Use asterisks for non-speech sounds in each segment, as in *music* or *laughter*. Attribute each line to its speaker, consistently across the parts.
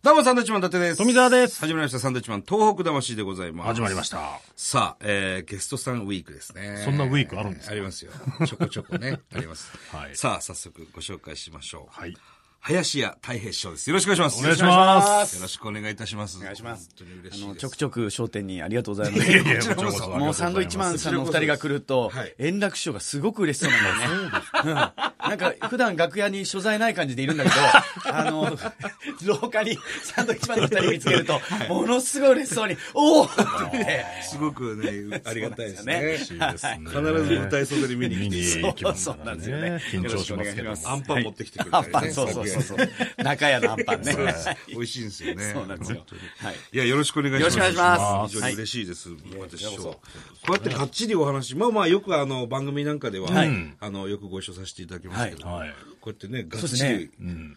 Speaker 1: どうも、サンドウィッチマン伊達です。
Speaker 2: 富澤です
Speaker 1: 始まりました、サンドウィッチマン東北魂でございます。
Speaker 2: 始まりました。
Speaker 1: さあ、えー、ゲストさんウィークですね。
Speaker 2: そんなウィークあるんですか
Speaker 1: ありますよ。ちょこちょこね、あります。
Speaker 2: *laughs* はい
Speaker 1: さあ、早速ご紹介しましょう。
Speaker 2: はい。
Speaker 1: 林家太平師匠です。よろしくお願いします。
Speaker 2: お願いしま
Speaker 1: よろしくお願いいたします。お願いします。本当に嬉しいです。
Speaker 3: あのちょくちょく商店にありがとうございま
Speaker 2: いやいや
Speaker 1: こちらこそ
Speaker 2: こちらこそ
Speaker 3: す。もうサンドイッチマンさんのお二人が来ると
Speaker 1: はい、
Speaker 3: 円楽師匠がすごく嬉しそうなんだよね。うんなんか、普段楽屋に所在ない感じでいるんだけど、あの、廊下にサンドイッチマンのお二人見つけると、ものすごい嬉しそうに、おおって言って、
Speaker 1: すごく *laughs* ね、ありがたいですね。
Speaker 2: 嬉しいですね。
Speaker 1: 必ず舞台袖で見に
Speaker 2: 見
Speaker 1: 来て、
Speaker 2: に行きます
Speaker 3: そうそうなんですよね
Speaker 2: 緊張しますけど
Speaker 3: よろしくお願いします
Speaker 1: アンパン持ってきてくれた
Speaker 3: アン
Speaker 1: り
Speaker 3: パ
Speaker 1: ね。
Speaker 3: ン、そうそうそうそう
Speaker 1: 楽屋。
Speaker 3: 中屋のアンパンね。
Speaker 1: に。美味しいんですよね。
Speaker 3: そうなんですよ
Speaker 1: 本当に。
Speaker 3: はい。
Speaker 1: いや、よろしくお願いします。
Speaker 3: よろしくお願いします
Speaker 1: 非常に嬉しいです、私は。こうやってがっちりお話、まあまあ、よくあの、番組なんかでは、
Speaker 3: はい
Speaker 1: あの、よくご一緒させていただきますけど、
Speaker 2: はいはい
Speaker 1: こうやってね、がっ
Speaker 3: そうで
Speaker 1: ち
Speaker 3: すね
Speaker 1: り。。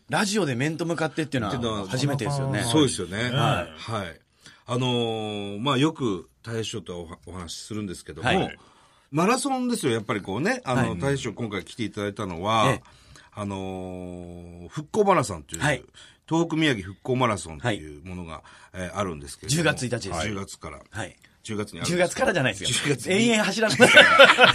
Speaker 3: ラジオで面と向かってっていうの
Speaker 1: のは
Speaker 3: は初めてですよね。
Speaker 1: そうですよね。は。
Speaker 2: はい
Speaker 1: はい。あのーまあ、よく、大将とはおはお話しするんですけども、
Speaker 3: はい
Speaker 1: マラソンですよ、やっぱりこうね、あの、大将今回来ていただいたのは、
Speaker 3: ええ
Speaker 1: あのー復興マラソンという、
Speaker 3: はい
Speaker 1: 東北宮城復興マラソンというものが、えーあるんですけれども。
Speaker 3: 10月1日です
Speaker 1: 10月から。
Speaker 3: はい。
Speaker 1: 10月にあるん
Speaker 3: 10
Speaker 1: です
Speaker 3: 月
Speaker 1: け
Speaker 3: か
Speaker 1: ど
Speaker 3: らじゃないです
Speaker 1: 10
Speaker 3: よ
Speaker 1: 月。に
Speaker 3: 延々走らないで
Speaker 1: *laughs*
Speaker 3: すか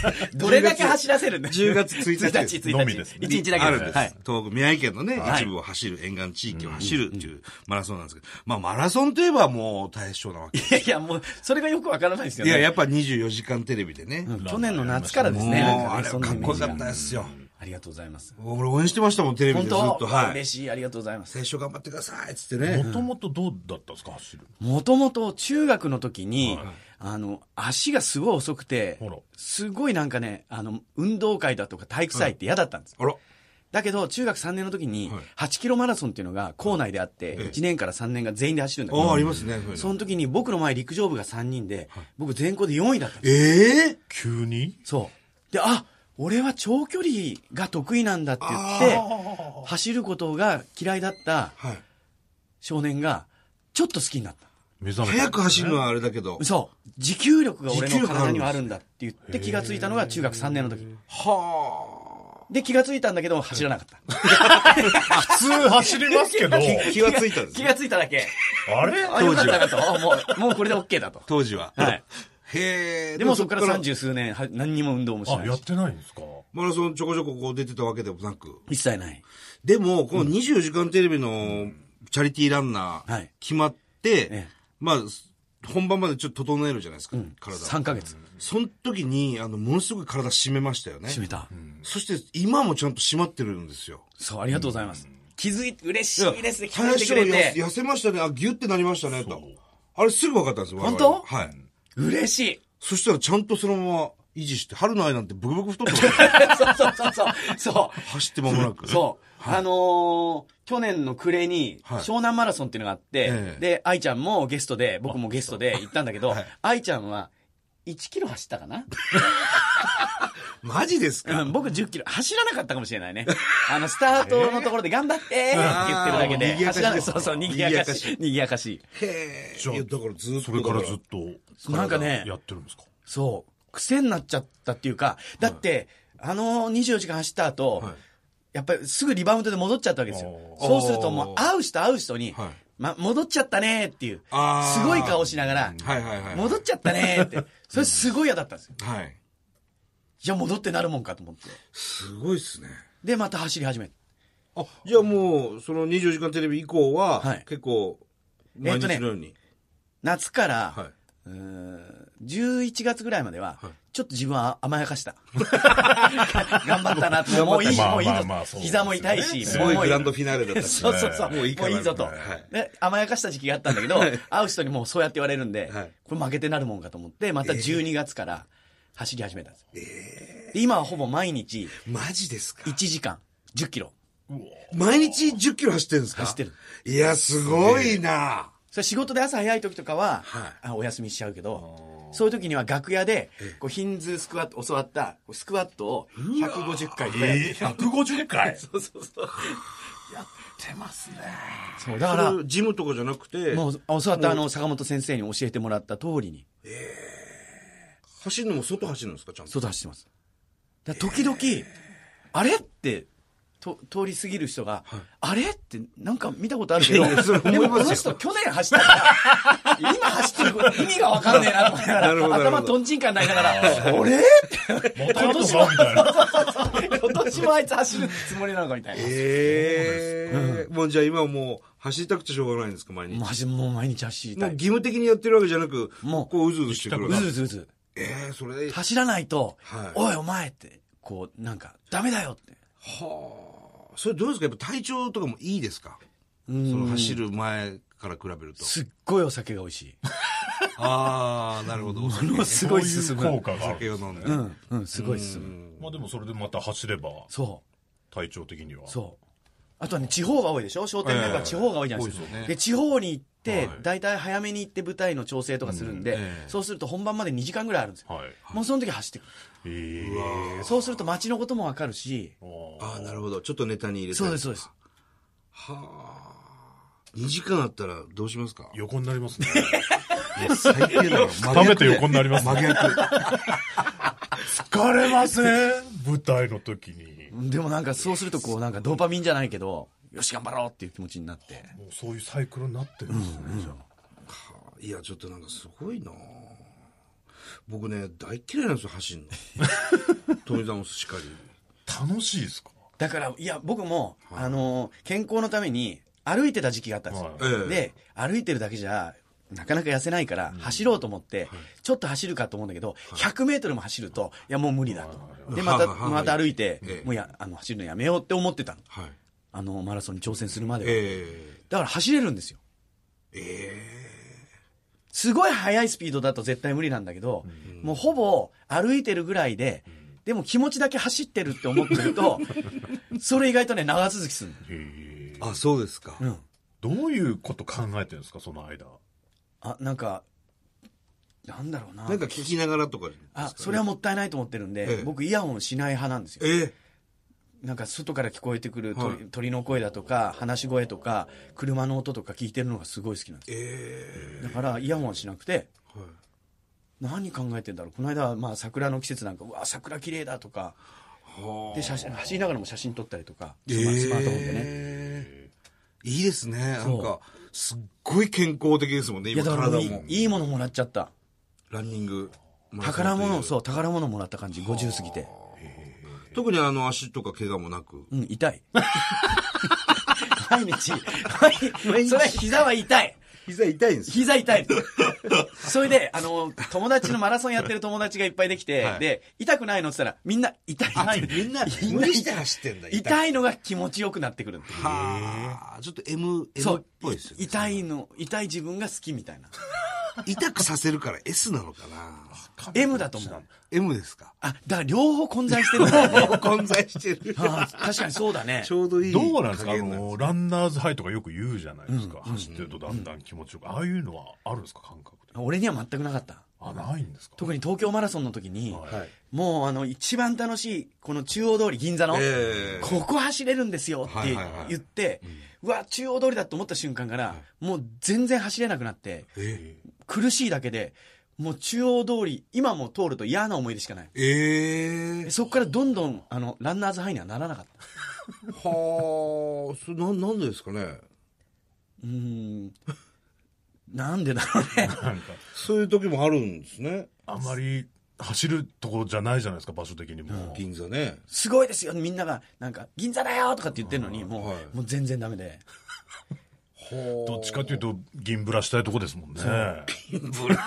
Speaker 3: ら。どれだけ走らせるんだ
Speaker 1: 10月1日
Speaker 3: 1日、1日。
Speaker 2: のみですね
Speaker 3: 1日だけ
Speaker 1: あるんです。
Speaker 3: はい。
Speaker 1: 東北、宮城県のね、
Speaker 3: はい
Speaker 1: 一部を走る、沿岸地域を走るっていうマラソンなんですけど、まあマラソンといえばもう大将なわけ。
Speaker 3: いやいや、もう、それがよくわからないですよ
Speaker 1: い
Speaker 3: ね。
Speaker 1: や、やっぱ24時間テレビでね。もう、
Speaker 3: 去年の夏からですね。なん
Speaker 1: あ
Speaker 3: ね
Speaker 1: れ
Speaker 3: そ
Speaker 1: は
Speaker 3: んな
Speaker 1: か
Speaker 3: イ
Speaker 1: っ
Speaker 3: メ
Speaker 1: こよ
Speaker 3: ージ
Speaker 1: か
Speaker 3: が
Speaker 1: ったですよ。
Speaker 3: ありがとうございます。
Speaker 1: 俺応援してましたもん、テレビで
Speaker 3: 本
Speaker 1: ずっと。
Speaker 3: 当
Speaker 1: は
Speaker 3: 嬉
Speaker 1: い。
Speaker 3: しい。ありがとうございます。
Speaker 1: 最初頑張ってくださいっつってね。
Speaker 2: もともとどうだったんですか、走る。
Speaker 3: もともと中学の時に、あの、足がすごい遅くて
Speaker 2: あら、
Speaker 3: すごいなんかね、あの、運動会だとか体育祭って嫌だったんです。
Speaker 1: あら。
Speaker 3: だけど、中学3年の時に
Speaker 1: はい、
Speaker 3: 8キロマラソンっていうのが校内であって、
Speaker 1: ええ
Speaker 3: 1年から3年が全員で走るんだけ
Speaker 1: ああ、あ
Speaker 3: ど、
Speaker 1: りますね。そういうの
Speaker 3: その時に僕の前陸上部が3人で、僕全校で4位だったんです。
Speaker 1: ええ
Speaker 2: 急に
Speaker 3: そう。で、あ俺は長距離が得意なんだって言って、走ることが嫌いだった
Speaker 1: はい。
Speaker 3: 少年が、ちょっと好きになった。
Speaker 2: 目覚めた
Speaker 1: 早く走るのはあれだけど。
Speaker 3: そう。持久力が俺
Speaker 1: 持久
Speaker 3: の
Speaker 1: 力あるんです
Speaker 3: 体にはあるんだって言って気がついたのが中学3年の時。
Speaker 1: は
Speaker 3: で、気がついたんだけど走らなかった。
Speaker 2: 普通走りますけど、
Speaker 1: あ。気がついたんです
Speaker 3: *laughs* 気
Speaker 1: ね。
Speaker 3: がついただけ。
Speaker 2: あれ
Speaker 3: あ、よかったなと。あもう、もうこれで OK だと。
Speaker 1: 当時は。
Speaker 3: はい。
Speaker 1: へえ。
Speaker 3: でもそこから三。十数年、は何にも運動もし
Speaker 2: あ、
Speaker 3: ない
Speaker 2: やっ
Speaker 3: して
Speaker 2: ないんですか
Speaker 1: マラソンちょこちょここう出てたわけでもなく。
Speaker 3: 一切ない。
Speaker 1: でも、この24時間テレビのチャリティーランナ
Speaker 3: は
Speaker 1: ー
Speaker 3: い、
Speaker 1: 決まって、
Speaker 3: ええ
Speaker 1: まあ、本番までちょっと整えるじゃないですか、体。
Speaker 3: 3ヶ月。
Speaker 1: その時に、あの、ものすごい体締めましたよね。
Speaker 3: 閉めた。
Speaker 1: そして、今もちゃんと締まってるんですよ。
Speaker 3: そう、ありがとうございます。気づいて、嬉しいですね。気づ
Speaker 1: 最
Speaker 3: いて
Speaker 1: 初
Speaker 3: くれて。
Speaker 1: 痩せましたね、あ、ギュってなりましたね、と。あれすぐ分かったんですよ、
Speaker 3: 本当
Speaker 1: 我々はい。
Speaker 3: 嬉しい。
Speaker 1: そしたらちゃんとそのまま維持して、春の愛なんてブクブク太ってました *laughs* よ
Speaker 3: そうそうそうそう。
Speaker 1: *laughs*
Speaker 3: そ
Speaker 1: 走って間もなく。
Speaker 3: う。そう。あのー去年の暮れに、
Speaker 1: はい
Speaker 3: 湘南マラソンっていうのがあって、
Speaker 1: ええ
Speaker 3: で、愛ちゃんもゲストで、僕もゲストで行ったんだけど、
Speaker 1: はい
Speaker 3: *laughs* 愛ちゃんは、1キロ走った
Speaker 1: *laughs*
Speaker 3: かな、
Speaker 1: マジですか
Speaker 3: うん、僕10キロ、走らなかったかもしれないね。あの、スタートのところで頑張ってーって言ってるだけ
Speaker 1: あー
Speaker 3: で、走
Speaker 1: 賑やか
Speaker 3: ら
Speaker 1: し
Speaker 3: な
Speaker 1: で
Speaker 3: い。
Speaker 1: す
Speaker 3: そうそう、賑やかし、賑やかし。
Speaker 1: へ
Speaker 2: じゃ
Speaker 1: え。い
Speaker 2: あ
Speaker 1: やだからずっと。
Speaker 2: それからずっと、
Speaker 3: なんかね
Speaker 2: やってるんですか
Speaker 3: そう。癖になっちゃったっていうか、だって、あの24時間走った後、
Speaker 1: はい
Speaker 3: やっぱりすぐリバウンドで戻っちゃったわけですよ。
Speaker 2: おー
Speaker 3: そうするともう会う人会う人に、
Speaker 1: はい
Speaker 3: ま、戻っちゃったねーっていう、
Speaker 1: あー
Speaker 3: すごい顔しながら、
Speaker 1: はいはいはい。
Speaker 3: 戻っちゃったねーって、それすごい嫌だったんですよ。
Speaker 1: はい。
Speaker 3: じゃあ戻ってなるもんかと思って。
Speaker 1: すごいっすね。
Speaker 3: で、また走り始めた。
Speaker 1: あ、じゃあもう、その24時間テレビ以降は、
Speaker 3: はい
Speaker 1: 結構、
Speaker 3: え
Speaker 1: 毎
Speaker 3: っとね
Speaker 1: 日のように。
Speaker 3: 夏から、
Speaker 1: はいう
Speaker 3: ーん11月ぐらいまでは、ちょっと自分は甘やかした。頑張ったなって、もういい、
Speaker 2: まあ
Speaker 3: もういい
Speaker 2: まあ
Speaker 3: ぞ
Speaker 2: まあそう。ですね
Speaker 3: 膝も痛いし、
Speaker 1: す
Speaker 3: もう
Speaker 1: ごい
Speaker 3: もう
Speaker 1: グランドフィナーレだったっす
Speaker 3: そう
Speaker 1: ね
Speaker 3: そうそう。
Speaker 1: も
Speaker 3: も
Speaker 1: う
Speaker 3: う
Speaker 1: い
Speaker 3: い
Speaker 1: い
Speaker 3: い
Speaker 1: かな
Speaker 3: ぞと
Speaker 1: はい。
Speaker 3: で、甘やかした時期があったんだけど、会う人にもうそうやって言われるんで
Speaker 1: はい、
Speaker 3: これ負けてなるもんかと思って、また12月から走り始めたんです。で今はほぼ毎日
Speaker 1: マジですか
Speaker 3: 1時間10キロ。
Speaker 1: 毎日10キロ走ってるんですか
Speaker 3: 走ってる。
Speaker 1: いや、すごいな
Speaker 3: それ仕事で朝早い時とかは
Speaker 1: はい、
Speaker 3: あお休みしちゃうけど、そういう時には楽屋で、こうヒンズースクワット、教わったこうスクワットを150回とかやって
Speaker 2: えー、150回
Speaker 3: そうそうそう。
Speaker 2: 出ますね。
Speaker 3: そう、だから、
Speaker 1: それジムとかじゃなくて、
Speaker 3: もう教わったあの坂本先生に教えてもらった通りに、
Speaker 1: 走るのも外走るんですかちゃんと。
Speaker 3: 外走ってます。だから時々、あれってと通り過ぎる人が、あれってなんか見たことあるけ
Speaker 1: いやそれ
Speaker 3: ど、
Speaker 1: 思い
Speaker 3: でも
Speaker 1: ます
Speaker 3: こ
Speaker 1: よ
Speaker 3: の人去年走ったから、今走ってる意味がわかんねえなと思いな
Speaker 1: なるほ
Speaker 3: が
Speaker 1: ど
Speaker 3: ら、
Speaker 1: なるほど
Speaker 3: 頭とんちんかになりなが
Speaker 1: *laughs*
Speaker 3: ら、あれ
Speaker 2: またやったぞみたいな。
Speaker 3: 今年もあいつ走るつもりなのかみたいな。
Speaker 1: ええもうじゃあ今はもう走りたくてしょうがないんですか、毎日。
Speaker 3: もう走もう毎日走り
Speaker 1: も
Speaker 3: た
Speaker 1: う
Speaker 3: い。
Speaker 1: 義務的にやってるわけじゃなく、
Speaker 3: もう
Speaker 1: こううずうずしてくる。
Speaker 3: うずうずうず。
Speaker 1: ええそれで、は
Speaker 3: 走らないと、
Speaker 1: はい
Speaker 3: おいお前って、こう、なんか、ダメだよって。
Speaker 1: あ、それどうですかやっぱ体調とかもいいですかその走る前から比べると。
Speaker 3: すっごいお酒が美味
Speaker 1: *laughs*
Speaker 3: しい。
Speaker 1: ああ、なる
Speaker 3: *laughs*
Speaker 1: ほど。も
Speaker 3: のすごい進む
Speaker 2: そういう効果があ
Speaker 1: 酒
Speaker 2: る。
Speaker 1: を飲んで。
Speaker 3: うん、うん、すごい進む。
Speaker 2: まあでもそれでまた走れば、
Speaker 3: そう。
Speaker 2: 体調的には。
Speaker 3: そう。あとはね、地方が多いでしょ商店街
Speaker 1: え
Speaker 3: が
Speaker 1: え
Speaker 3: 地方が多いじゃないですか。
Speaker 1: 多いですよね
Speaker 3: で、地方に行って、
Speaker 2: はい
Speaker 3: 大体早めに行って舞台の調整とかするんで、
Speaker 1: うんええ
Speaker 3: そうすると本番まで2時間ぐらいあるんですよ。
Speaker 2: はい。
Speaker 3: もうその時走ってく
Speaker 2: ええ
Speaker 3: る。そうすると街のこともわかるし、
Speaker 1: ああ、なるほど。ちょっとネタに入れて。
Speaker 3: そうです、そうです。。
Speaker 1: はあ。2時間あったらどうしますか
Speaker 2: 横になりますね。
Speaker 1: 最低だろ。
Speaker 2: 食べて横になりますね。
Speaker 1: 真逆。
Speaker 2: 疲れません舞台の時に。
Speaker 3: でもなんかそうするとこう、なんかドーパミンじゃないけど、よし頑張ろうっていう気持ちになって。
Speaker 2: もうそういうサイクルになってるんですね、じゃ
Speaker 1: いや、ちょっとなんかすごいな僕ね、大嫌いなんですよ、走ん
Speaker 3: *laughs*
Speaker 1: の。富澤もしかり。
Speaker 2: あ。楽しいですか
Speaker 3: だから、いや、僕も、あの、健康のために歩いてた時期があったんですよ。
Speaker 1: はいええ
Speaker 3: で、歩いてるだけじゃ、なかなか痩せないから、走ろうと思って、ちょっと走るかと思うんだけど、100メートルも走ると、いや、もう無理だと。で、また、
Speaker 1: はあはあ
Speaker 3: また歩いて
Speaker 1: ええ、
Speaker 3: もうや、あの、走るのやめようって思ってたの。
Speaker 1: はい。
Speaker 3: あの、マラソンに挑戦するまでは。
Speaker 1: え
Speaker 3: だから走れるんですよ。
Speaker 1: ええ
Speaker 3: すごい速いスピードだと絶対無理なんだけど、もうほぼ歩いてるぐらいで、でも気持ちだけ走ってるって思って
Speaker 1: *laughs*
Speaker 3: ると、それ意外とね、長続きするの。
Speaker 2: へえ
Speaker 1: えあ、そうですか。
Speaker 3: うん。
Speaker 2: どういうこと考えてるんですか、その間。
Speaker 3: あ、なんか、なんだろうな。
Speaker 1: なんか聞きながらとかですかね、
Speaker 3: あ、それはもったいないと思ってるんで、
Speaker 1: ええ
Speaker 3: 僕イヤホンしない派なんですよ。
Speaker 1: ええ
Speaker 3: なんか外から聞こえてくる鳥,、
Speaker 1: はい
Speaker 3: 鳥の声だとか、話し声とか、車の音とか聞いてるのがすごい好きなんですよ。
Speaker 1: え
Speaker 3: だからイヤホンはしなくて、
Speaker 1: えはい。
Speaker 3: 何考えてんだろう。この間はまあ桜の季節なんか、うわ、桜綺麗だとか、
Speaker 1: はあ。
Speaker 3: で、写真、走りながらも写真撮ったりとか、
Speaker 1: え
Speaker 3: スマ
Speaker 1: え
Speaker 3: スマートフォンでね。
Speaker 1: いいですね。な
Speaker 3: そうん
Speaker 1: か、すっごい健康的ですもんね、
Speaker 3: いや、
Speaker 1: 今
Speaker 3: だから
Speaker 1: 体
Speaker 3: も
Speaker 1: も。
Speaker 3: ういいいいものもらっちゃった。
Speaker 1: ランニング。
Speaker 3: 宝物、
Speaker 1: う。
Speaker 3: そう、宝物もらった感じ、50過ぎて。
Speaker 1: 特にあの足とか怪我もなく。
Speaker 3: うん、痛
Speaker 1: *laughs*
Speaker 3: い。毎日、毎日、それは膝は痛い。
Speaker 1: 膝痛いんでよ。
Speaker 3: 膝痛い。それで、あの、友達のマラソンやってる友達がいっぱいできて、
Speaker 1: はい
Speaker 3: で、痛くないのって言ったら、みんな痛い。
Speaker 1: あみんな、みんなして走ってんだ。い。
Speaker 3: 痛いのが気持ちよくなってくるっていう
Speaker 1: はあ。ちょっと M、
Speaker 3: そ
Speaker 1: M っ
Speaker 3: う
Speaker 1: ぽいですよ、ね。
Speaker 3: 痛いの、痛い自分が好きみたいな。
Speaker 1: 痛くさせるから S なのかな
Speaker 3: M だと思う。
Speaker 1: M ですか
Speaker 3: あ、だから両方混在してるんだ
Speaker 1: *laughs*
Speaker 3: よね
Speaker 1: 混在して
Speaker 3: *laughs*
Speaker 1: る。
Speaker 3: あー確かにそうだね
Speaker 1: ち。ょうどいい。
Speaker 2: どうなんですかあ
Speaker 1: 加減
Speaker 2: の、ランナーズハイとかよく言うじゃないですか。走ってるとだんだん気持ちよく。ああいうのはあるんですか、感覚で。
Speaker 3: 俺には全くなかった。
Speaker 2: あ、ないんですか
Speaker 3: 特に東京マラソンの時に、
Speaker 2: はい
Speaker 3: もうあの一番楽しいこの中央通り銀座の、
Speaker 1: ええ
Speaker 3: ここ走れるんですよって
Speaker 1: はいはいはい
Speaker 3: 言って、うわ中央通りだと思った瞬間から、もう全然走れなくなって
Speaker 1: え
Speaker 3: 苦しいだけでもう中央通り今も通ると嫌な思い出しかない
Speaker 1: ええ
Speaker 3: そこからどんどんあのランナーズハイにはならなかっ
Speaker 1: は
Speaker 3: た
Speaker 1: あ、それな、なんでですかね。
Speaker 3: うーんなんでだろうね
Speaker 2: なんか、
Speaker 1: そういう時もあるんですね。
Speaker 2: あんまり走るところじゃないじゃないですか、場所的にも。
Speaker 1: 銀座ね。
Speaker 3: すごいですよみんながなんか銀座だよとかって言ってるのにもう,、
Speaker 1: はい
Speaker 3: もう全然ダメで
Speaker 2: どっちかというと、銀ブラしたいとこですもんね。
Speaker 1: 銀ブラ。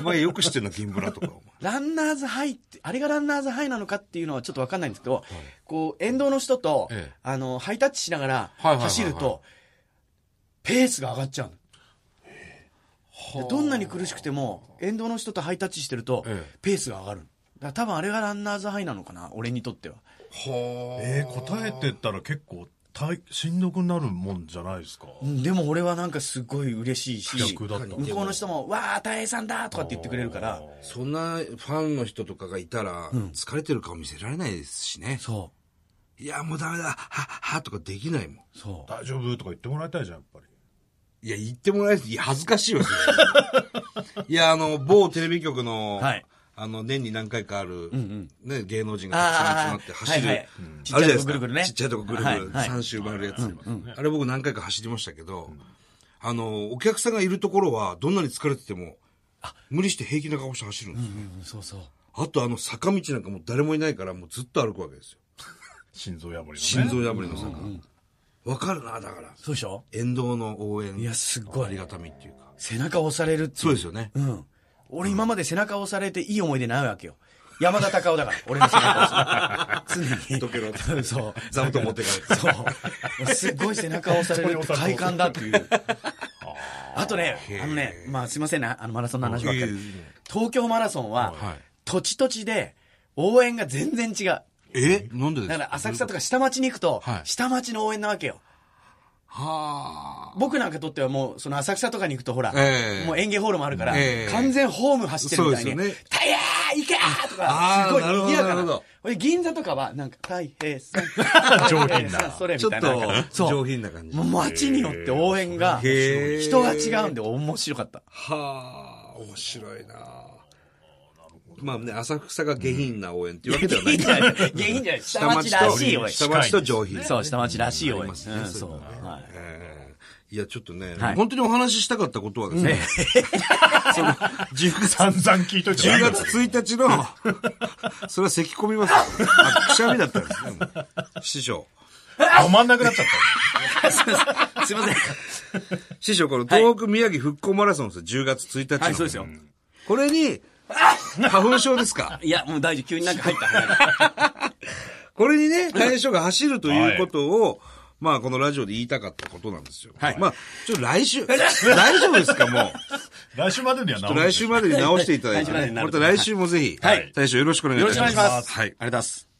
Speaker 1: お前よく知ってんな、銀ブラとか。お前
Speaker 3: ランナーズハイって、あれがランナーズハイなのかっていうのはちょっとわかんないんですけど、こう、沿道の人と、
Speaker 1: ええ
Speaker 3: あの、ハイタッチしながら
Speaker 1: いはいはいはい
Speaker 3: 走ると、ペースが上がっちゃうの。でどんなに苦しくても、沿道の人とハイタッチしてると、
Speaker 1: ええ
Speaker 3: ペースが上がるの。だから多分あれがランナーズハイなのかな、俺にとっては。
Speaker 1: はあ。
Speaker 2: えー、答えてったら結構大、しんどくなるもんじゃないですか。
Speaker 3: うんでも俺はなんかすごい嬉しいし、
Speaker 2: 逆だった。
Speaker 3: 向こうの人も、わー、大平さんだとかって言ってくれるから、
Speaker 1: そんなファンの人とかがいたら、疲れてる顔見せられないですしね。
Speaker 3: そ
Speaker 1: いや、もうダメだ、は、は、とかできないもん。
Speaker 3: う、そう。
Speaker 2: 大丈夫とか言ってもらいたいじゃん、やっぱり。
Speaker 1: い *laughs* や、言ってもらえず、いや、恥ずかしいわ、それいや、あの、某テレビ局の、
Speaker 3: はい
Speaker 1: あの、年に何回かある、ね、芸能人がたくさん集ま
Speaker 3: あ
Speaker 1: って
Speaker 3: あ、
Speaker 1: 走る。
Speaker 3: はいはいちっ
Speaker 1: あ
Speaker 3: ちゃ
Speaker 1: れ
Speaker 3: い
Speaker 1: じゃな
Speaker 3: とこぐ
Speaker 1: い
Speaker 3: るぐるね。
Speaker 1: ですかちっちゃいとこぐるぐ
Speaker 3: はい
Speaker 1: る、
Speaker 3: はい
Speaker 1: 3周回るやつ、あれ僕何回か走りましたけど、あの、お客さんがいるところは、どんなに疲れてても、無理して平気な顔して走るんですよ。
Speaker 3: うんそうそう。
Speaker 1: あとあの坂道なんかもう誰もいないからもうずっと歩くわけですよ。
Speaker 2: 心臓破りのね。。
Speaker 1: 心臓破りの坂。わ、かるな、だから。
Speaker 3: そうでしょ
Speaker 1: 沿道の応援。
Speaker 3: いやすごい
Speaker 1: ありがたみっていうか。
Speaker 3: 背中押されるってい
Speaker 1: そうですよね。
Speaker 3: うん。俺今まで背中押されていい思い出ないわけよ。山田隆夫だから、俺の背中押されて。常に。
Speaker 1: どけろ
Speaker 3: そう。
Speaker 1: 座布団持ってかれて。
Speaker 3: そう。すっごい背中押されるって快感だって *laughs* いう。あとね、あのね、まあすいませんね、あのマラソンの話ばっかり
Speaker 1: いえいえいえ。
Speaker 3: 東京マラソンは
Speaker 1: はい、
Speaker 3: 土地土地で応援が全然違う。
Speaker 1: えなんでです
Speaker 3: だから浅草とか下町に行くと
Speaker 1: はい、
Speaker 3: 下町の応援なわけよ。
Speaker 1: はあ。
Speaker 3: 僕なんかとってはもう、その浅草とかに行くとほら、
Speaker 1: ええ
Speaker 3: もう演芸ホールもあるから、
Speaker 1: ええ
Speaker 3: 完全ホーム走ってるみたいに、
Speaker 1: そうですよね
Speaker 3: タイヤー行けーとか
Speaker 1: あ、ー
Speaker 3: すごい
Speaker 1: なるほど
Speaker 3: 賑やか
Speaker 1: なるほ
Speaker 3: な
Speaker 1: ど。
Speaker 3: ほいで銀座とかは、なんか、大平さん
Speaker 1: *laughs*
Speaker 2: 上品な
Speaker 3: たいそれみ
Speaker 1: ちょった
Speaker 3: いな。なんか
Speaker 1: と、上
Speaker 3: そう。
Speaker 1: 品な感じ。
Speaker 3: も
Speaker 1: は
Speaker 3: う街によって応援が、
Speaker 1: へー
Speaker 3: 人が違うんで面白かった。
Speaker 1: あ、面白いなまあね、浅草が下品な応援っていうわけではない。
Speaker 3: 下品じゃない。下町らしい応援。
Speaker 1: 下町と上品。
Speaker 3: そう、下町らしい応
Speaker 1: あ
Speaker 3: 援。
Speaker 1: り
Speaker 3: うん
Speaker 1: ますね
Speaker 3: そ
Speaker 1: そう
Speaker 3: う。
Speaker 1: いうのね
Speaker 3: はい
Speaker 1: えーいや、ちょっとね、
Speaker 3: はい
Speaker 1: 本当にお話ししたかったことはですね、 *laughs*
Speaker 3: *laughs*
Speaker 1: その10月
Speaker 2: 散々聞いといて
Speaker 1: 10
Speaker 2: 何だろう。
Speaker 1: 月1日の、それは咳込みますよあくしゃみだったんですね。もう師匠。
Speaker 2: 止まんなくなっちゃった。
Speaker 3: すいません。
Speaker 1: 師匠、この東北宮城復興マラソンですよ、10月1日の。
Speaker 3: はい、そうですよ。
Speaker 1: これに、花粉症ですか
Speaker 3: いや、もう大丈夫。急になんか入った入った。
Speaker 1: これにね、対象が走るということを、まあ、このラジオで言いたかったことなんですよ。
Speaker 3: はい
Speaker 1: まあ、ちょっと来週、 *laughs* 大丈夫ですか、も
Speaker 2: 来週までには治
Speaker 1: う。
Speaker 2: るで
Speaker 1: 来
Speaker 2: しょ
Speaker 1: 週までに直していただいて、
Speaker 3: 来週までになる
Speaker 1: また来週もぜひ、
Speaker 3: はい
Speaker 1: 大将よろしくお願いいたします。
Speaker 3: よろしくお願いします
Speaker 1: はい。
Speaker 3: ありがとうございます。